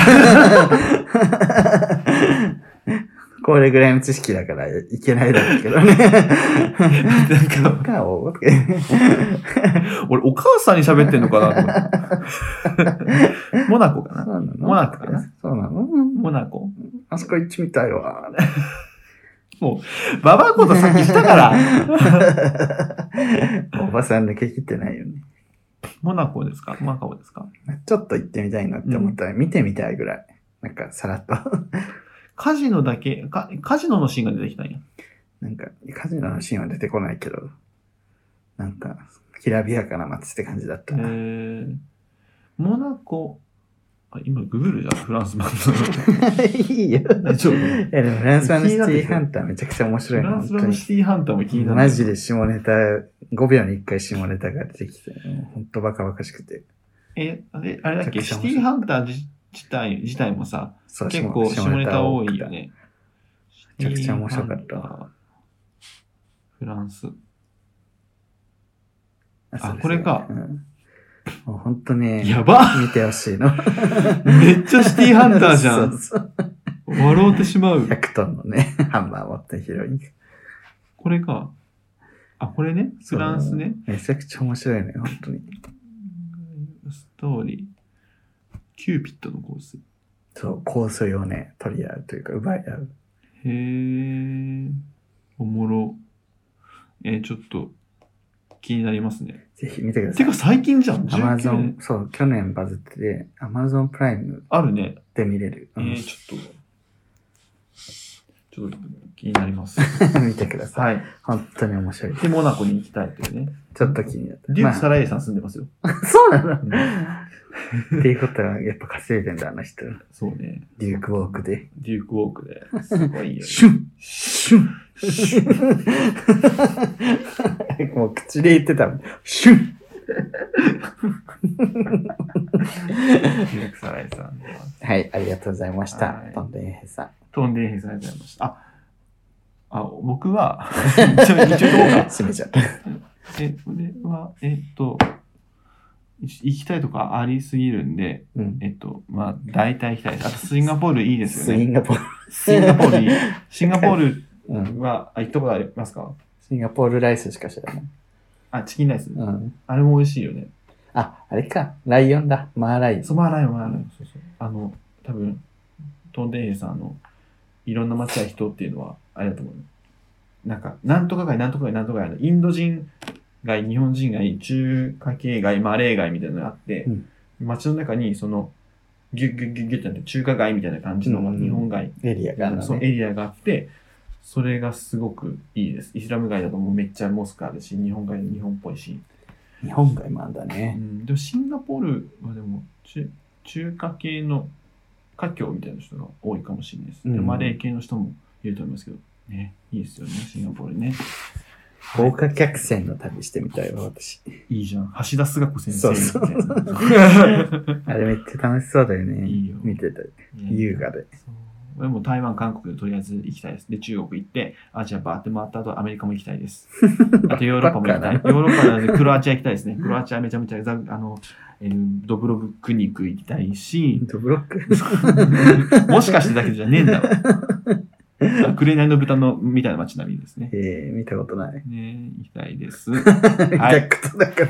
[SPEAKER 2] これぐらいの知識だからいけないだろうけどね。
[SPEAKER 1] な
[SPEAKER 2] マ
[SPEAKER 1] んか、
[SPEAKER 2] カオ
[SPEAKER 1] 俺、お母さんに喋ってんのかなと思 ってモナコか
[SPEAKER 2] そう
[SPEAKER 1] な
[SPEAKER 2] なの
[SPEAKER 1] モナコかな
[SPEAKER 2] そうなのうん
[SPEAKER 1] モナコ
[SPEAKER 2] あそこ行ってみたいわ。
[SPEAKER 1] ババアことさっきしたから。
[SPEAKER 2] おばさんだけ切ってないよね。
[SPEAKER 1] モナコですかマカオですか
[SPEAKER 2] ちょっと行ってみたいなって思ったら、見てみたいぐらい。なんか、さらっと。
[SPEAKER 1] カジノだけ、カカジノのシーンが出てきたんや。
[SPEAKER 2] なんか、カジノのシーンは出てこないけど、なんか、きらびやかな街って感じだった
[SPEAKER 1] え
[SPEAKER 2] な。
[SPEAKER 1] ー、モナコ、あ今ググるじゃん、フランス版の。
[SPEAKER 2] いいよ。い
[SPEAKER 1] 大丈夫
[SPEAKER 2] や、でもフランス版のシティーハンターめちゃくちゃ面白
[SPEAKER 1] フ
[SPEAKER 2] い
[SPEAKER 1] ラ
[SPEAKER 2] な、
[SPEAKER 1] ン
[SPEAKER 2] 本
[SPEAKER 1] ス
[SPEAKER 2] 当
[SPEAKER 1] 版の
[SPEAKER 2] に。
[SPEAKER 1] シティーハンターも気になる。
[SPEAKER 2] マジで下ネタ、5秒に1回下ネタが出てきて、ほんとバカバカしくて。
[SPEAKER 1] え、あれあれだっけ
[SPEAKER 2] めちゃ
[SPEAKER 1] シテ
[SPEAKER 2] くちゃ面白い
[SPEAKER 1] ィーハンター自自体自体もさ、
[SPEAKER 2] そう、
[SPEAKER 1] 結構下ネタ多いよね。
[SPEAKER 2] めちゃくちゃ面白かった
[SPEAKER 1] シティーハンター。フランス。
[SPEAKER 2] あ
[SPEAKER 1] あこれか。
[SPEAKER 2] そうですねうんもう本当ね、
[SPEAKER 1] やば
[SPEAKER 2] 見てほしいの。
[SPEAKER 1] めっちゃシティハンターじゃ。
[SPEAKER 2] そうんそう
[SPEAKER 1] 笑うてしまう。
[SPEAKER 2] 100トンのね、ハンマー持ったヒロインが。
[SPEAKER 1] これか。あ、これね。フランスね。
[SPEAKER 2] めちゃくちゃ面白いね、本当に。
[SPEAKER 1] ストーリー。キューピッドの香水。
[SPEAKER 2] そう、香水をね、取り合うというか、奪い合う。
[SPEAKER 1] へえ。おもろ。えーちょっと気になりますね。
[SPEAKER 2] ぜひ見てくださ
[SPEAKER 1] て
[SPEAKER 2] い。
[SPEAKER 1] か最近じゃん。
[SPEAKER 2] アマゾ
[SPEAKER 1] 19年
[SPEAKER 2] ン、そう、去年バズってて、アマゾンプライム
[SPEAKER 1] あるね。
[SPEAKER 2] で見れる。
[SPEAKER 1] え
[SPEAKER 2] うん
[SPEAKER 1] ーちょっと。ちょっと気になります。
[SPEAKER 2] 見てください。
[SPEAKER 1] はい。
[SPEAKER 2] 本当に面白い。
[SPEAKER 1] で、モナコに行きたいというね。
[SPEAKER 2] ちょっと気になった。
[SPEAKER 1] デューク・サ
[SPEAKER 2] ま
[SPEAKER 1] ラエイさん住んでますよ。
[SPEAKER 2] あ、 そうなの
[SPEAKER 1] う
[SPEAKER 2] っていうことは、やっぱ稼いでんだ、あの人。
[SPEAKER 1] そうね。
[SPEAKER 2] デュークウォークで。
[SPEAKER 1] デューク・ウォーク で。すごいよ、ね。
[SPEAKER 2] シュンシュン もう口で言ってたもん。シュン
[SPEAKER 1] デューク・サラエイさんでは。
[SPEAKER 2] はい、ありがとうございました
[SPEAKER 1] はい。
[SPEAKER 2] トンデンヘイさん。
[SPEAKER 1] 飛んで閉鎖されました。あ、あ僕は、 一応、一応どうか。
[SPEAKER 2] 閉めちゃ った。
[SPEAKER 1] え、俺は、えっと、い行きたいとかありすぎるんで、
[SPEAKER 2] うん。
[SPEAKER 1] えっと、まあ、大体行きたいです。あと、シンガポールいいです
[SPEAKER 2] シ
[SPEAKER 1] よね。
[SPEAKER 2] ンガポール。
[SPEAKER 1] シンガポールいい。シンガポー
[SPEAKER 2] うん。
[SPEAKER 1] ルは、あ、行ったことありますか
[SPEAKER 2] シンガポールライスしか知らない。
[SPEAKER 1] あ、チキンライス。
[SPEAKER 2] うん。
[SPEAKER 1] あれも美味しいよね。
[SPEAKER 2] あ、あれか。ライオンだ。マーライオン。
[SPEAKER 1] そう、まあ、ライオン、まあ、ライオン。そうそう。あの、多分、トンデンヘイさんの、いろんな街や人っていうのは、あれだと思うよ。なんか、なんとか街、なんとか街、なんとか街、あのインド人街、日本人街、中華系街、マレー街みたいなのがあって、
[SPEAKER 2] うん
[SPEAKER 1] 街の中に、その、ギュッギュッギュッギュッってなって、中華街みたいな感じの、
[SPEAKER 2] うん
[SPEAKER 1] 日本街、
[SPEAKER 2] エリアがある
[SPEAKER 1] そ
[SPEAKER 2] の
[SPEAKER 1] の
[SPEAKER 2] ね。
[SPEAKER 1] エリアがあって、それがすごくいいです。イスラム街だともうめっちゃモスクあるし、日本街、日本っぽいし。
[SPEAKER 2] 日本街もあんだ
[SPEAKER 1] う
[SPEAKER 2] ね。
[SPEAKER 1] ん、でもシンガポールはでも中中華系の華僑みたいな人が多いかもしれないです。で
[SPEAKER 2] うん
[SPEAKER 1] マレー系の人もいると思いますけど、ね、いいですよね、シンガポールね。
[SPEAKER 2] 豪華客船の旅してみたいわ、私。
[SPEAKER 1] いいじゃん。橋田壽賀子先生みたいな。
[SPEAKER 2] あれめっちゃ楽しそうだよね。
[SPEAKER 1] いいよ
[SPEAKER 2] 見てた。
[SPEAKER 1] ね
[SPEAKER 2] 優雅で。
[SPEAKER 1] そう俺も台湾、韓国でとりあえず行きたいです。で、中国行って、アジアバーって回った後、アメリカも行きたい です。あとヨーロッパも行きたい。
[SPEAKER 2] バ
[SPEAKER 1] ヨ
[SPEAKER 2] ッ
[SPEAKER 1] ーロッパなんでクロアチア行きたいですね。クロアチアめちゃめちゃザ、あの、えードブロブクニク行きたいし、
[SPEAKER 2] ドブロック。
[SPEAKER 1] もしかしてだけじゃねえんだわ。紅の豚のみたいな街並みですね。
[SPEAKER 2] えー、見たことない。
[SPEAKER 1] ねえ、行きたいです。
[SPEAKER 2] 見
[SPEAKER 1] い
[SPEAKER 2] たことなかっ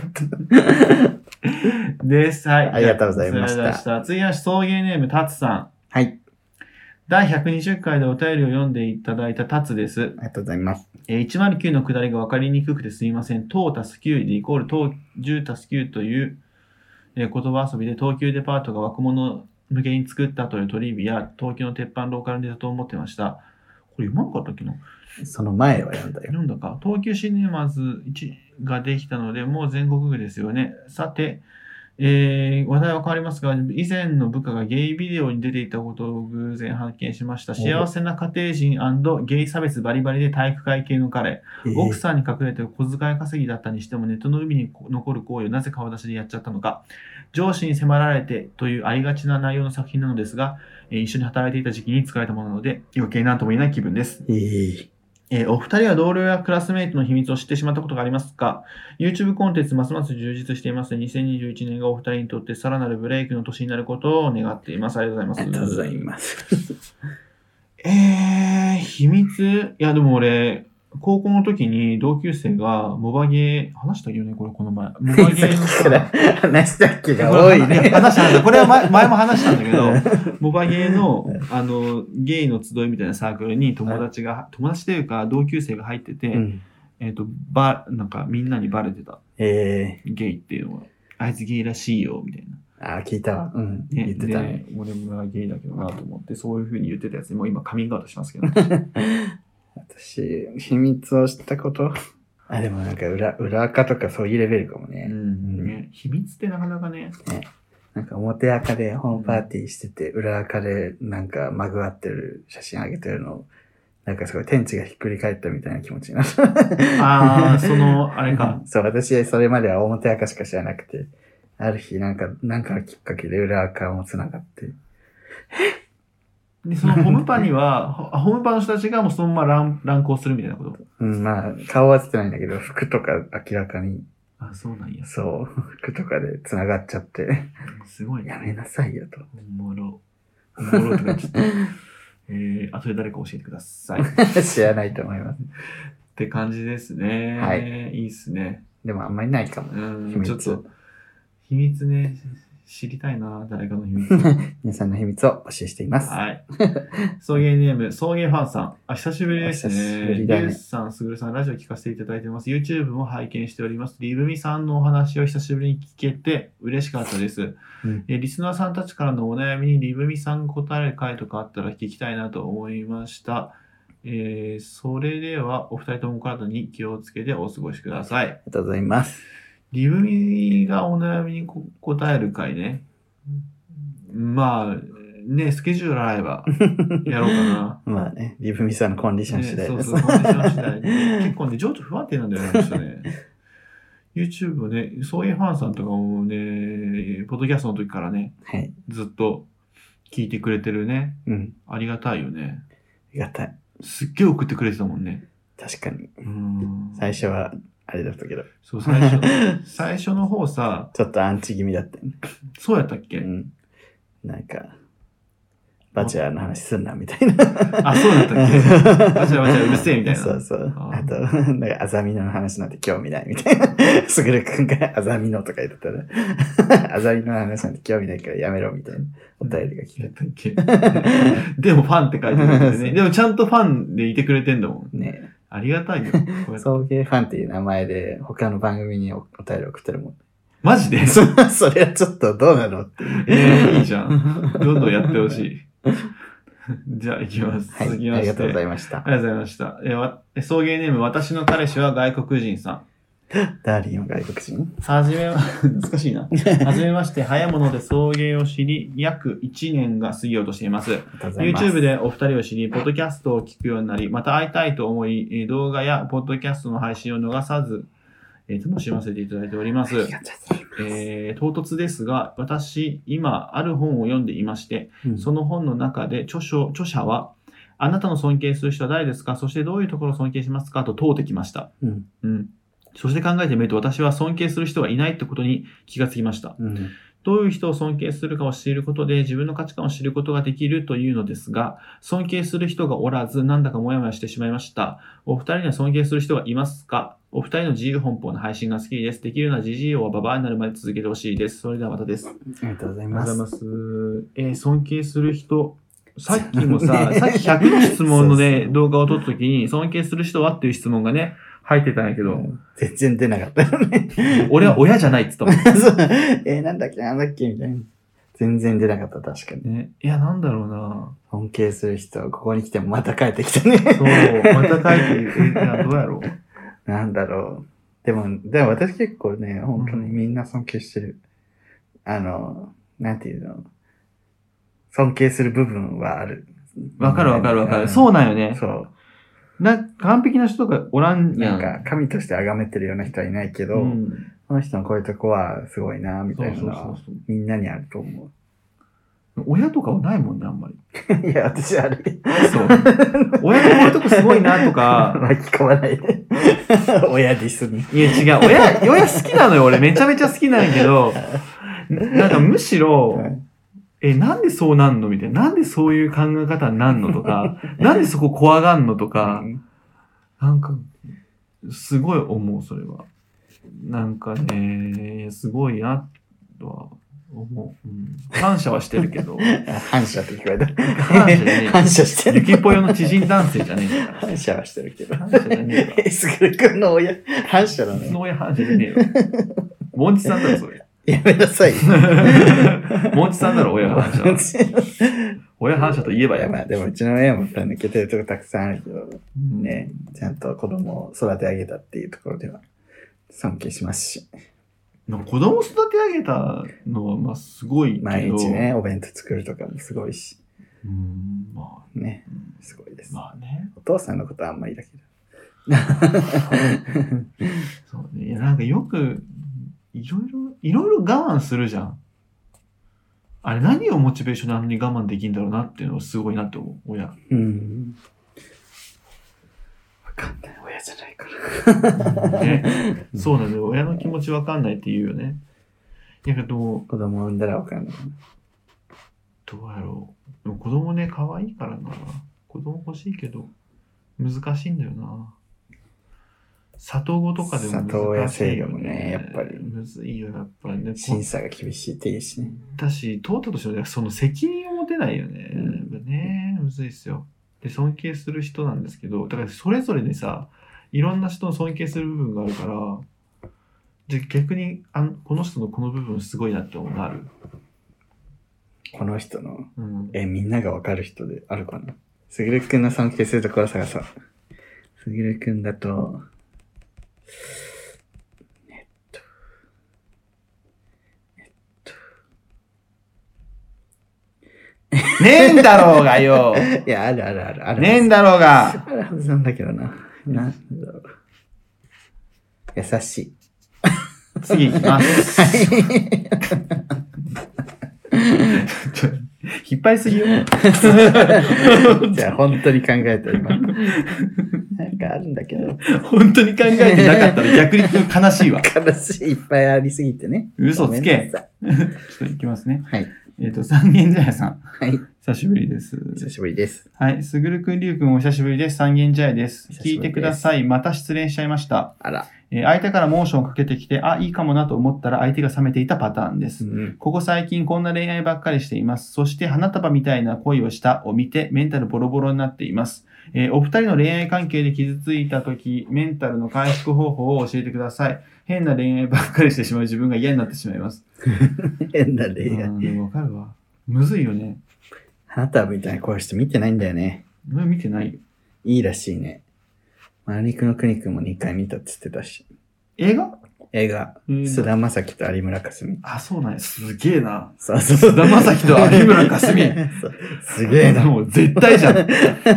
[SPEAKER 2] た。
[SPEAKER 1] です。はい。
[SPEAKER 2] ありがとうございました
[SPEAKER 1] ありがとうございました次は送迎ネーム、タツさん。
[SPEAKER 2] はい、
[SPEAKER 1] 第120回でお便りを読んでいただいたタツです
[SPEAKER 2] あり。がとうございます。
[SPEAKER 1] えー109の下りが分かりにくくてすいません。等たす9でイコール等10たす9という、えー言葉遊びで東急デパートが若者向けに作ったというトリビア、東急の鉄板ローカルネタと思ってました。これ読まなかったっけな
[SPEAKER 2] その前は読んだよ。
[SPEAKER 1] 読んだか東急シネマズ1ができたので、もう全国区ですよね。さて、えー話題は変わりますが、以前の部下がゲイビデオに出ていたことを偶然発見しました。幸せな家庭人ゲイ差別バリバリで体育会系の彼。奥さんに隠れて小遣い稼ぎだったにしてもネットの海に残る行為をなぜ顔出しでやっちゃったのか上司に迫られてというありがちな内容の作品なのですが、えー一緒に働いていた時期に疲れたものなので余計なんとも言えない気分です、
[SPEAKER 2] えー、え
[SPEAKER 1] えーお二人は同僚やクラスメイトの秘密を知ってしまったことがありますか YouTube コンテンツますます充実していますので2021年がお二人にとってさらなるブレイクの年になることを願っていますありがとうござ
[SPEAKER 2] あ
[SPEAKER 1] い
[SPEAKER 2] り
[SPEAKER 1] ま
[SPEAKER 2] が
[SPEAKER 1] す
[SPEAKER 2] とうございます。
[SPEAKER 1] えー、秘密いや、でも俺、高校の時に同級生が、モバゲー、話したよね、これ、この前。モ
[SPEAKER 2] さ
[SPEAKER 1] バ
[SPEAKER 2] っ
[SPEAKER 1] ゲーの
[SPEAKER 2] きか
[SPEAKER 1] さ
[SPEAKER 2] ら、話したっけが多いね。
[SPEAKER 1] 話したんだ。これは 前前も話したんだけど、モバゲーの、あの、ゲイの集いみたいなサークルに友達が、友達というか、同級生が入ってて、
[SPEAKER 2] うん、
[SPEAKER 1] えっ、と、ば、なんか、みんなにバレてた。
[SPEAKER 2] え
[SPEAKER 1] ゲイっていうのは、あいつゲイらしいよ、みたいな。
[SPEAKER 2] ー、あー、聞いたわ。うん、
[SPEAKER 1] ね、
[SPEAKER 2] 言ってたね。
[SPEAKER 1] で俺もゲイだけどなと思って、そういうふうに言ってたやつに、もう今カミングアウトしますけど。
[SPEAKER 2] 私、秘密を知ったことあ、でもなんか裏、裏垢とかそういうレベルかもね。
[SPEAKER 1] うんね、秘密ってなかなかね、
[SPEAKER 2] なんか表垢でホームパーティーしてて、裏垢でなんかまぐわってる写真あげてるのを、なんかすごい天地がひっくり返ったみたいな気持ちになった。
[SPEAKER 1] ああ、 その、あれか。
[SPEAKER 2] そう、私、それまでは表垢しか知らなくて、ある日、なんか、なんかのきっかけで裏垢も繋がって、え
[SPEAKER 1] で、そのホムパに は、ほホムパの人たちがもうそのまま乱乱行するみたいなこと。
[SPEAKER 2] うん、まあ、顔は映ってないんだけど、服とか明らかに、
[SPEAKER 1] あ、そうなんや。
[SPEAKER 2] そう、服とかで繋がっちゃって、
[SPEAKER 1] すごいね
[SPEAKER 2] や。めなさいよと。
[SPEAKER 1] おもろ。おもろと かちょっと。えー、あとで誰か教えてくださ い。っ
[SPEAKER 2] 知らないと思います。
[SPEAKER 1] て感じですね。。
[SPEAKER 2] はい
[SPEAKER 1] いいっすね。
[SPEAKER 2] でもあんまりないかも。
[SPEAKER 1] う
[SPEAKER 2] 秘
[SPEAKER 1] ん、
[SPEAKER 2] 密
[SPEAKER 1] ちょっと、秘密ね、知りたいな、誰かの秘 密。
[SPEAKER 2] 皆さんの秘密を募集しています。
[SPEAKER 1] はい。送迎ネーム、送迎ファンさん。あ、久しぶりですね。
[SPEAKER 2] お久しぶ
[SPEAKER 1] ゆ
[SPEAKER 2] り
[SPEAKER 1] う
[SPEAKER 2] だね
[SPEAKER 1] さん、すぐるさん、ラジオ聞かせていただいてます。YouTube も拝見しております。リブミさんのお話を久しぶりに聞けて嬉しかったです。
[SPEAKER 2] うん
[SPEAKER 1] えリスナーさんたちからのお悩みにリブミさんが答える回とかあったら聞きたいなと思いました。えーそれではお二人ともお体に気をつけてお過ごしください
[SPEAKER 2] あ。りがとうございます。。
[SPEAKER 1] リブミがお悩みにこ答える回ね。まあ、ね、スケジュール合えばやろうかな
[SPEAKER 2] まあね、リブミさんのコンディション次
[SPEAKER 1] ね、
[SPEAKER 2] 第
[SPEAKER 1] そう
[SPEAKER 2] です。
[SPEAKER 1] そう、コンディション次第で結構ね、情緒不安定なんだよね、あの人ね。YouTube もね、そういうファンさんとかもね、ポッドキャストの時からね、
[SPEAKER 2] はい。
[SPEAKER 1] ずっと聞いてくれてるね。
[SPEAKER 2] うん。
[SPEAKER 1] ありがたいよね。
[SPEAKER 2] ありがたい。
[SPEAKER 1] すっげえ送ってくれてたもんね。
[SPEAKER 2] 確かに。
[SPEAKER 1] うん。
[SPEAKER 2] 最初は、あれだったけど、
[SPEAKER 1] そう、最初。最初の方さ、
[SPEAKER 2] ちょっとアンチ気味だったよね。
[SPEAKER 1] そうやったっけ、
[SPEAKER 2] うん。なんか、バチェラーの話すんな、みたいな。
[SPEAKER 1] あ、そうだったっけバチェラーバチェラーうるせえみたいな
[SPEAKER 2] そうそう。
[SPEAKER 1] あ
[SPEAKER 2] あ
[SPEAKER 1] ー
[SPEAKER 2] と、なんか、あざみの話なんて興味ないみたい な。すぐるくんがあざみのとか言ってたら、あざみの話なんて興味ないからやめろみたいなお便りが来。
[SPEAKER 1] やってたっけでもファンって書いてあ るんですね。でもちゃんとファンでいてくれてんだもん。
[SPEAKER 2] ね
[SPEAKER 1] ありがた いよ。こうやって
[SPEAKER 2] 送迎ファンっていう名前で他の番組におお便り送って るもん。
[SPEAKER 1] マジで
[SPEAKER 2] そそれはちょっとどうなのって。
[SPEAKER 1] えーいいじゃん。 どんどんやってほし い。じゃあ行きます。
[SPEAKER 2] はい、
[SPEAKER 1] 続き
[SPEAKER 2] あ
[SPEAKER 1] ま
[SPEAKER 2] り
[SPEAKER 1] して。
[SPEAKER 2] がとうござ
[SPEAKER 1] いま
[SPEAKER 2] いました
[SPEAKER 1] あ。りがとうございました。えーわえ送迎ネーム、私の彼氏は外国人さん。
[SPEAKER 2] ダーリンは外国人
[SPEAKER 1] はじめ は、懐かしいな。はじめまして、早いもので送迎を知り、約1年が過ぎようとしています。
[SPEAKER 2] ありがとうございます。
[SPEAKER 1] YouTube でお二人を知り、ポッドキャストを聞くようになり、また会いたいと思い、えー動画やポッドキャストの配信を逃さず、えー楽しませていただいておりま
[SPEAKER 2] あ
[SPEAKER 1] す。
[SPEAKER 2] りがとうございます。
[SPEAKER 1] えー唐突ですが、私、今、ある本を読んでいまして、
[SPEAKER 2] うん
[SPEAKER 1] その本の中で著書、著者は、あなたの尊敬する人は誰ですかそしてどういうところを尊敬しますかと問うてきました。
[SPEAKER 2] うん
[SPEAKER 1] うん。そして考えてみると、私は尊敬する人はいないってことに気がつきました。
[SPEAKER 2] うん
[SPEAKER 1] どういう人を尊敬するかを知ることで自分の価値観を知ることができるというのですが、尊敬する人がおらず、なんだかモヤモヤしてしまいました。お二人には尊敬する人はいますかお二人の自由奔放な配信が好きです。できるなジジイをはババアになるまで続けてほしいです。それではまたです。あり
[SPEAKER 2] ありがとうございます。
[SPEAKER 1] ます。えー尊敬する人。さっきもさ、
[SPEAKER 2] ね
[SPEAKER 1] さっき100の質問の
[SPEAKER 2] そう
[SPEAKER 1] ね、
[SPEAKER 2] そう
[SPEAKER 1] 動画を撮った時に、尊敬する人はっていう質問がね、入ってたんやけ
[SPEAKER 2] う
[SPEAKER 1] ど、
[SPEAKER 2] ん全然出なかったよ ね。
[SPEAKER 1] 俺は親じゃないっつったもん。
[SPEAKER 2] そうえーなんだっけ、なんだっけ、みたいな。全然出なかった、確かに。
[SPEAKER 1] ね、いや、なんだろうな。
[SPEAKER 2] 尊敬する人はここに来てもまた帰ってきたね。
[SPEAKER 1] そう、また書いてる、えいや、どうやろう。
[SPEAKER 2] なんだろう。でも、でも私結構ね、本当にみんな尊敬してる。あの、なんていうの。尊敬する部分はある。
[SPEAKER 1] わかるわかるわかる。
[SPEAKER 2] う
[SPEAKER 1] そ
[SPEAKER 2] ん
[SPEAKER 1] うなんよね。
[SPEAKER 2] そう。
[SPEAKER 1] な、完璧な人がおらんや
[SPEAKER 2] なん
[SPEAKER 1] ん。
[SPEAKER 2] か、神として崇めてるような人はいないけど、
[SPEAKER 1] うん、
[SPEAKER 2] この人のこういうとこはすごいな、み
[SPEAKER 1] そう
[SPEAKER 2] たいな
[SPEAKER 1] そ
[SPEAKER 2] の
[SPEAKER 1] う
[SPEAKER 2] は、
[SPEAKER 1] そう
[SPEAKER 2] みんなにあると思う。
[SPEAKER 1] そう。親とかはないもんね、あんまり。
[SPEAKER 2] いや、私ある。
[SPEAKER 1] そう。 親のこういうとこすごいなとか。
[SPEAKER 2] 巻き込まな いで。親ディスに。
[SPEAKER 1] いや、違う。親、親好きなのよ、俺。めちゃめちゃ好きなんやけど。なんかむしろ、え、なんでそうなんのみたいな。なんでそういう考え方になんのとか。なんでそこ怖がんのとか
[SPEAKER 2] う。ん
[SPEAKER 1] なんか、すごい思う、それは。なんかね、すごいな、とは思う、うん感謝はしてる けど、
[SPEAKER 2] 反射って聞こえた。
[SPEAKER 1] 感謝じゃねえよ
[SPEAKER 2] 反射してる。
[SPEAKER 1] ゆきぽよの知人男性じゃねえんだか
[SPEAKER 2] 反射はしてるけど
[SPEAKER 1] ら。。感謝じゃねえ
[SPEAKER 2] え、すぐるくんの親、反射な
[SPEAKER 1] よ。
[SPEAKER 2] の
[SPEAKER 1] そ
[SPEAKER 2] よ。
[SPEAKER 1] の親反射じゃねえよ。もんちさんだろ、そ れ。
[SPEAKER 2] やめなさい。
[SPEAKER 1] もんちさんだろ、親反 射は。親反射といえば
[SPEAKER 2] いや
[SPEAKER 1] やば
[SPEAKER 2] ま
[SPEAKER 1] い。
[SPEAKER 2] あでもうちの親も抜けてるとこたくさんあるけど、
[SPEAKER 1] うん
[SPEAKER 2] ね、ちゃんと子供を育て上げたっていうところでは尊敬しますし、
[SPEAKER 1] なんか子供育て上げたのは、まあ、すごいけど。
[SPEAKER 2] 毎日ね、お弁当作るとかもすごいし、
[SPEAKER 1] うん。まあ、
[SPEAKER 2] ね、
[SPEAKER 1] うん
[SPEAKER 2] すごいです。
[SPEAKER 1] まあね。
[SPEAKER 2] お父さんのことはあんまりだけど。
[SPEAKER 1] そうね。いや、なんかよく、いろいろ、いろいろ我慢するじゃん。あれ何をモチベーションであんなに我慢できるんだろうなっていうのはすごいなって思う、 親。
[SPEAKER 2] うん。わかんない。親じゃないから。
[SPEAKER 1] ね、そうなんだよ。親の気持ちわかんないって言うよね。いや、でも、
[SPEAKER 2] 子供産んだらわかんない。
[SPEAKER 1] どうやろう。でも子供ね、可愛いからな。子供欲しいけど、難しいんだよな。里子とかでも難しい、
[SPEAKER 2] 里親制度もねやっぱり
[SPEAKER 1] むずいよ、やっぱりね。
[SPEAKER 2] 審査が厳しいっていいしね。
[SPEAKER 1] だし、通ったとしてもね、その責任を持てないよね。
[SPEAKER 2] うん
[SPEAKER 1] やっぱねむずいっすよ。で、尊敬する人なんですけど、だからそれぞれにさ、いろんな人の尊敬する部分があるから、で逆にあん、この人のこの部分すごいなって思うのある。
[SPEAKER 2] この人の、
[SPEAKER 1] うん。
[SPEAKER 2] え、みんながわかる人であるかな。すぐるくんの尊敬するところ探そう。すぐるくんだと、
[SPEAKER 1] ねえんだろうが よ
[SPEAKER 2] いや、あるあるある。ある
[SPEAKER 1] ねえんだろうが
[SPEAKER 2] あるはずなんだけどな。なんだろう。優し い。
[SPEAKER 1] 次行きます。ちょ 引っ張りすぎよ。
[SPEAKER 2] じゃあ、本当に考えた今。なんかあるんだけど、
[SPEAKER 1] 本当に考えてなかったら逆に悲しい わ。ちょ
[SPEAKER 2] 悲しいいっぱいありすぎてね。
[SPEAKER 1] 嘘つけ
[SPEAKER 2] ごめんなさい
[SPEAKER 1] っと行きますね。
[SPEAKER 2] はい。
[SPEAKER 1] えっ、と、三軒茶屋さん。
[SPEAKER 2] はい。
[SPEAKER 1] 久しぶりです。
[SPEAKER 2] 久しぶりです。
[SPEAKER 1] はい。すぐるくん、りゅうくん、お久しぶりです。三軒茶屋です。
[SPEAKER 2] 久しぶ
[SPEAKER 1] 聞
[SPEAKER 2] りです
[SPEAKER 1] いてください。また失恋しちゃいました。
[SPEAKER 2] あら。
[SPEAKER 1] えー相手からモーションをかけてきて、あ、いいかもなと思ったら相手が冷めていたパターンです。
[SPEAKER 2] ん。
[SPEAKER 1] ここ最近こんな恋愛ばっかりしています。そして花束みたいな恋をしたを見てメンタルボロボロになっています。えーお二人の恋愛関係で傷ついた時、メンタルの回復方法を教えてください。変な恋愛ばっかりしてしまう自分が嫌になってしまいます。
[SPEAKER 2] 変な恋
[SPEAKER 1] う
[SPEAKER 2] 愛
[SPEAKER 1] ん。でもわかるわ。むずいよね。
[SPEAKER 2] あなたみたいなこういう人見てないんだよね。
[SPEAKER 1] 俺見てないよ。
[SPEAKER 2] いいらしいね。マリクのクニ君も2回見たって言ってたし。
[SPEAKER 1] 映画
[SPEAKER 2] 映画、
[SPEAKER 1] えー
[SPEAKER 2] 菅田将暉と有村架純。
[SPEAKER 1] あ、そうなんや。すげえな。
[SPEAKER 2] そうそう
[SPEAKER 1] 菅田将暉と有村架純。
[SPEAKER 2] そうすげえな。
[SPEAKER 1] もう絶対じゃ ん。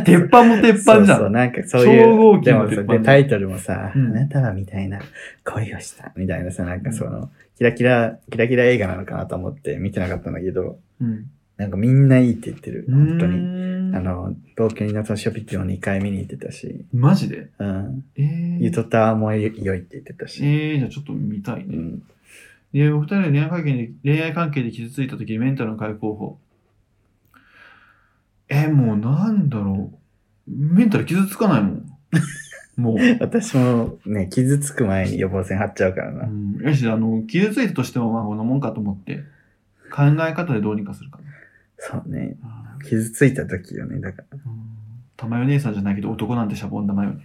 [SPEAKER 1] 鉄板も鉄
[SPEAKER 2] そ
[SPEAKER 1] 板
[SPEAKER 2] う
[SPEAKER 1] じゃ。
[SPEAKER 2] そうんなんかそういう。
[SPEAKER 1] 超合金
[SPEAKER 2] で
[SPEAKER 1] の
[SPEAKER 2] も
[SPEAKER 1] 鉄
[SPEAKER 2] さ
[SPEAKER 1] 板
[SPEAKER 2] で、タイトルもさ、
[SPEAKER 1] うん
[SPEAKER 2] あなたはみたいな恋をした、みたいなさ、なんかその、キラキラ、キラキラ映画なのかなと思って見てなかったんだけど、
[SPEAKER 1] うん。
[SPEAKER 2] なんかみんないいって言ってる。本当に。
[SPEAKER 1] に
[SPEAKER 2] あ、の、東京に夏のショピッチも2回見に行ってたし、
[SPEAKER 1] マジで
[SPEAKER 2] うん。
[SPEAKER 1] えー
[SPEAKER 2] ゆとたわも良いって言ってたし、
[SPEAKER 1] えー、じゃあちょっと見たいうね。
[SPEAKER 2] ん。
[SPEAKER 1] で、お二人の恋愛関係で、恋愛関係で傷ついた時メンタルの解放法。え、もうなんだろう。メンタル傷つかないも ん。もう。
[SPEAKER 2] 私もね、傷つく前に予防線張っちゃうから
[SPEAKER 1] う
[SPEAKER 2] な。
[SPEAKER 1] ん、やし、あの、傷ついたとしても、まあ、こんなもんかと思って、考え方でどうにかするか
[SPEAKER 2] そうね。
[SPEAKER 1] な。
[SPEAKER 2] 傷ついた時よね、だから。
[SPEAKER 1] たまよ姉さんじゃないけど、男なんてシャボン玉よね。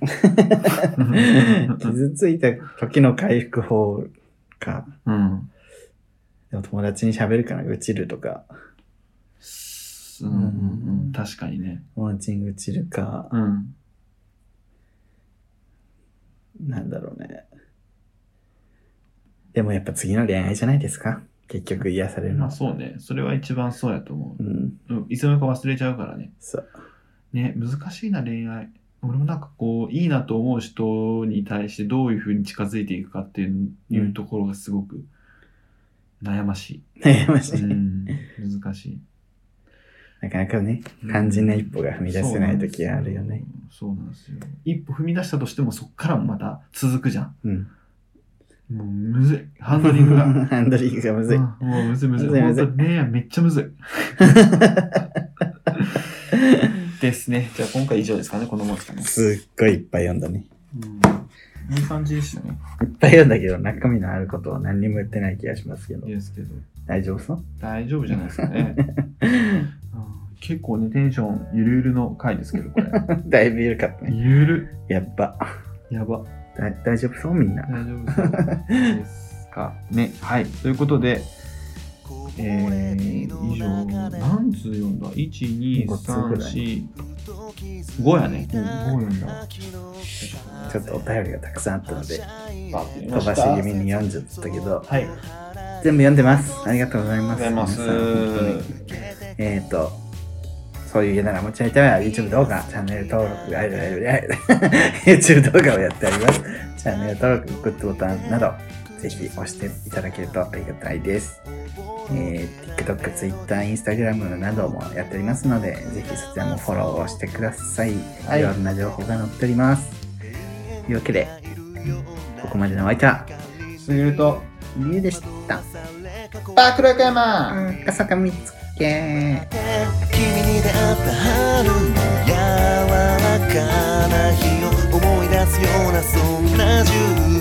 [SPEAKER 2] 傷ついた時の回復法か。
[SPEAKER 1] うん。
[SPEAKER 2] でも友達に喋るかな、愚痴るとか。
[SPEAKER 1] すうんうんうん、確かにね。
[SPEAKER 2] 友達に愚痴るか、
[SPEAKER 1] うん。
[SPEAKER 2] なんだろうね。でもやっぱ次の恋愛じゃないですか結局癒される
[SPEAKER 1] まあ
[SPEAKER 2] の。
[SPEAKER 1] そうね。それは一番そうやと思
[SPEAKER 2] う
[SPEAKER 1] う。
[SPEAKER 2] ん。
[SPEAKER 1] うん、いつの間にか忘れちゃうからね。
[SPEAKER 2] そう。
[SPEAKER 1] ね、難しいな、恋愛。俺もなんかこう、いいなと思う人に対してどういうふうに近づいていくかっていういうところがすごく悩まし
[SPEAKER 2] 悩まし
[SPEAKER 1] い。う
[SPEAKER 2] い。
[SPEAKER 1] ん、難しい。
[SPEAKER 2] なかなかね、肝心な一歩が踏み出せない時があるよね。
[SPEAKER 1] そうなんですよ。そうなんですよ。一歩踏み出したとしてもそっからもまた続くじゃん。
[SPEAKER 2] うん。
[SPEAKER 1] もうむずい。ハンドリングが。
[SPEAKER 2] ハンドリングがむずい。
[SPEAKER 1] うんもうむずいむずい。
[SPEAKER 2] むずいむ
[SPEAKER 1] 本
[SPEAKER 2] ずい
[SPEAKER 1] 当ね、めっちゃむずい。ですね。じゃあ今回以上ですかね、このもんですかね。
[SPEAKER 2] すっごいいっぱい読んだね。
[SPEAKER 1] うん。いい感じでしたね。
[SPEAKER 2] いっぱい読んだけど、中身のあることを何にも言ってない気がしますけど。
[SPEAKER 1] ですけど。
[SPEAKER 2] 大丈夫そう
[SPEAKER 1] 大丈夫じゃないですかね。うん結構ね、テンションゆるゆるの回ですけど、これ。
[SPEAKER 2] だいぶ緩かったね。
[SPEAKER 1] ゆる。
[SPEAKER 2] やっぱ。
[SPEAKER 1] やば。
[SPEAKER 2] だ大丈夫そうみんな。
[SPEAKER 1] 大丈夫そうですかね。はい。ということで、えー、以上、何通読んだ ?1、2、
[SPEAKER 2] 五通ぐ
[SPEAKER 1] 3、
[SPEAKER 2] らい
[SPEAKER 1] 4、
[SPEAKER 3] 5
[SPEAKER 1] 5
[SPEAKER 3] や
[SPEAKER 1] や
[SPEAKER 3] ね
[SPEAKER 1] ね。
[SPEAKER 3] 5
[SPEAKER 1] 5
[SPEAKER 3] や
[SPEAKER 1] 読んだ。
[SPEAKER 2] ちょっとお便りがたくさんあったので、
[SPEAKER 1] バーって
[SPEAKER 2] 飛ばし気味に読んじゃったけど、
[SPEAKER 1] はい。ありが
[SPEAKER 2] 全部読んでます。ありがとうございま
[SPEAKER 1] とうご
[SPEAKER 2] す。
[SPEAKER 1] ざいます。
[SPEAKER 2] 皆さん本当にえっ、ー、と、そういう家なら持ち上げたら YouTube 動画、チャンネル登録、あいらいらい YouTube 動画をやっております。チャンネル登録、グッドボタンなど、ぜひ押していただけるとありがたいです。えー TikTok、Twitter、Instagram などもやっておりますので、ぜひそちらもフォローをしてください。
[SPEAKER 3] はい
[SPEAKER 2] いろんな情報が載っております。というわけで、ここまでのお相手は、
[SPEAKER 3] すぐると
[SPEAKER 2] りゅうでした。
[SPEAKER 3] バックロク山
[SPEAKER 2] 笠上みつけ。
[SPEAKER 4] 君に出会った春の柔らかな日を思い出すようなそんな10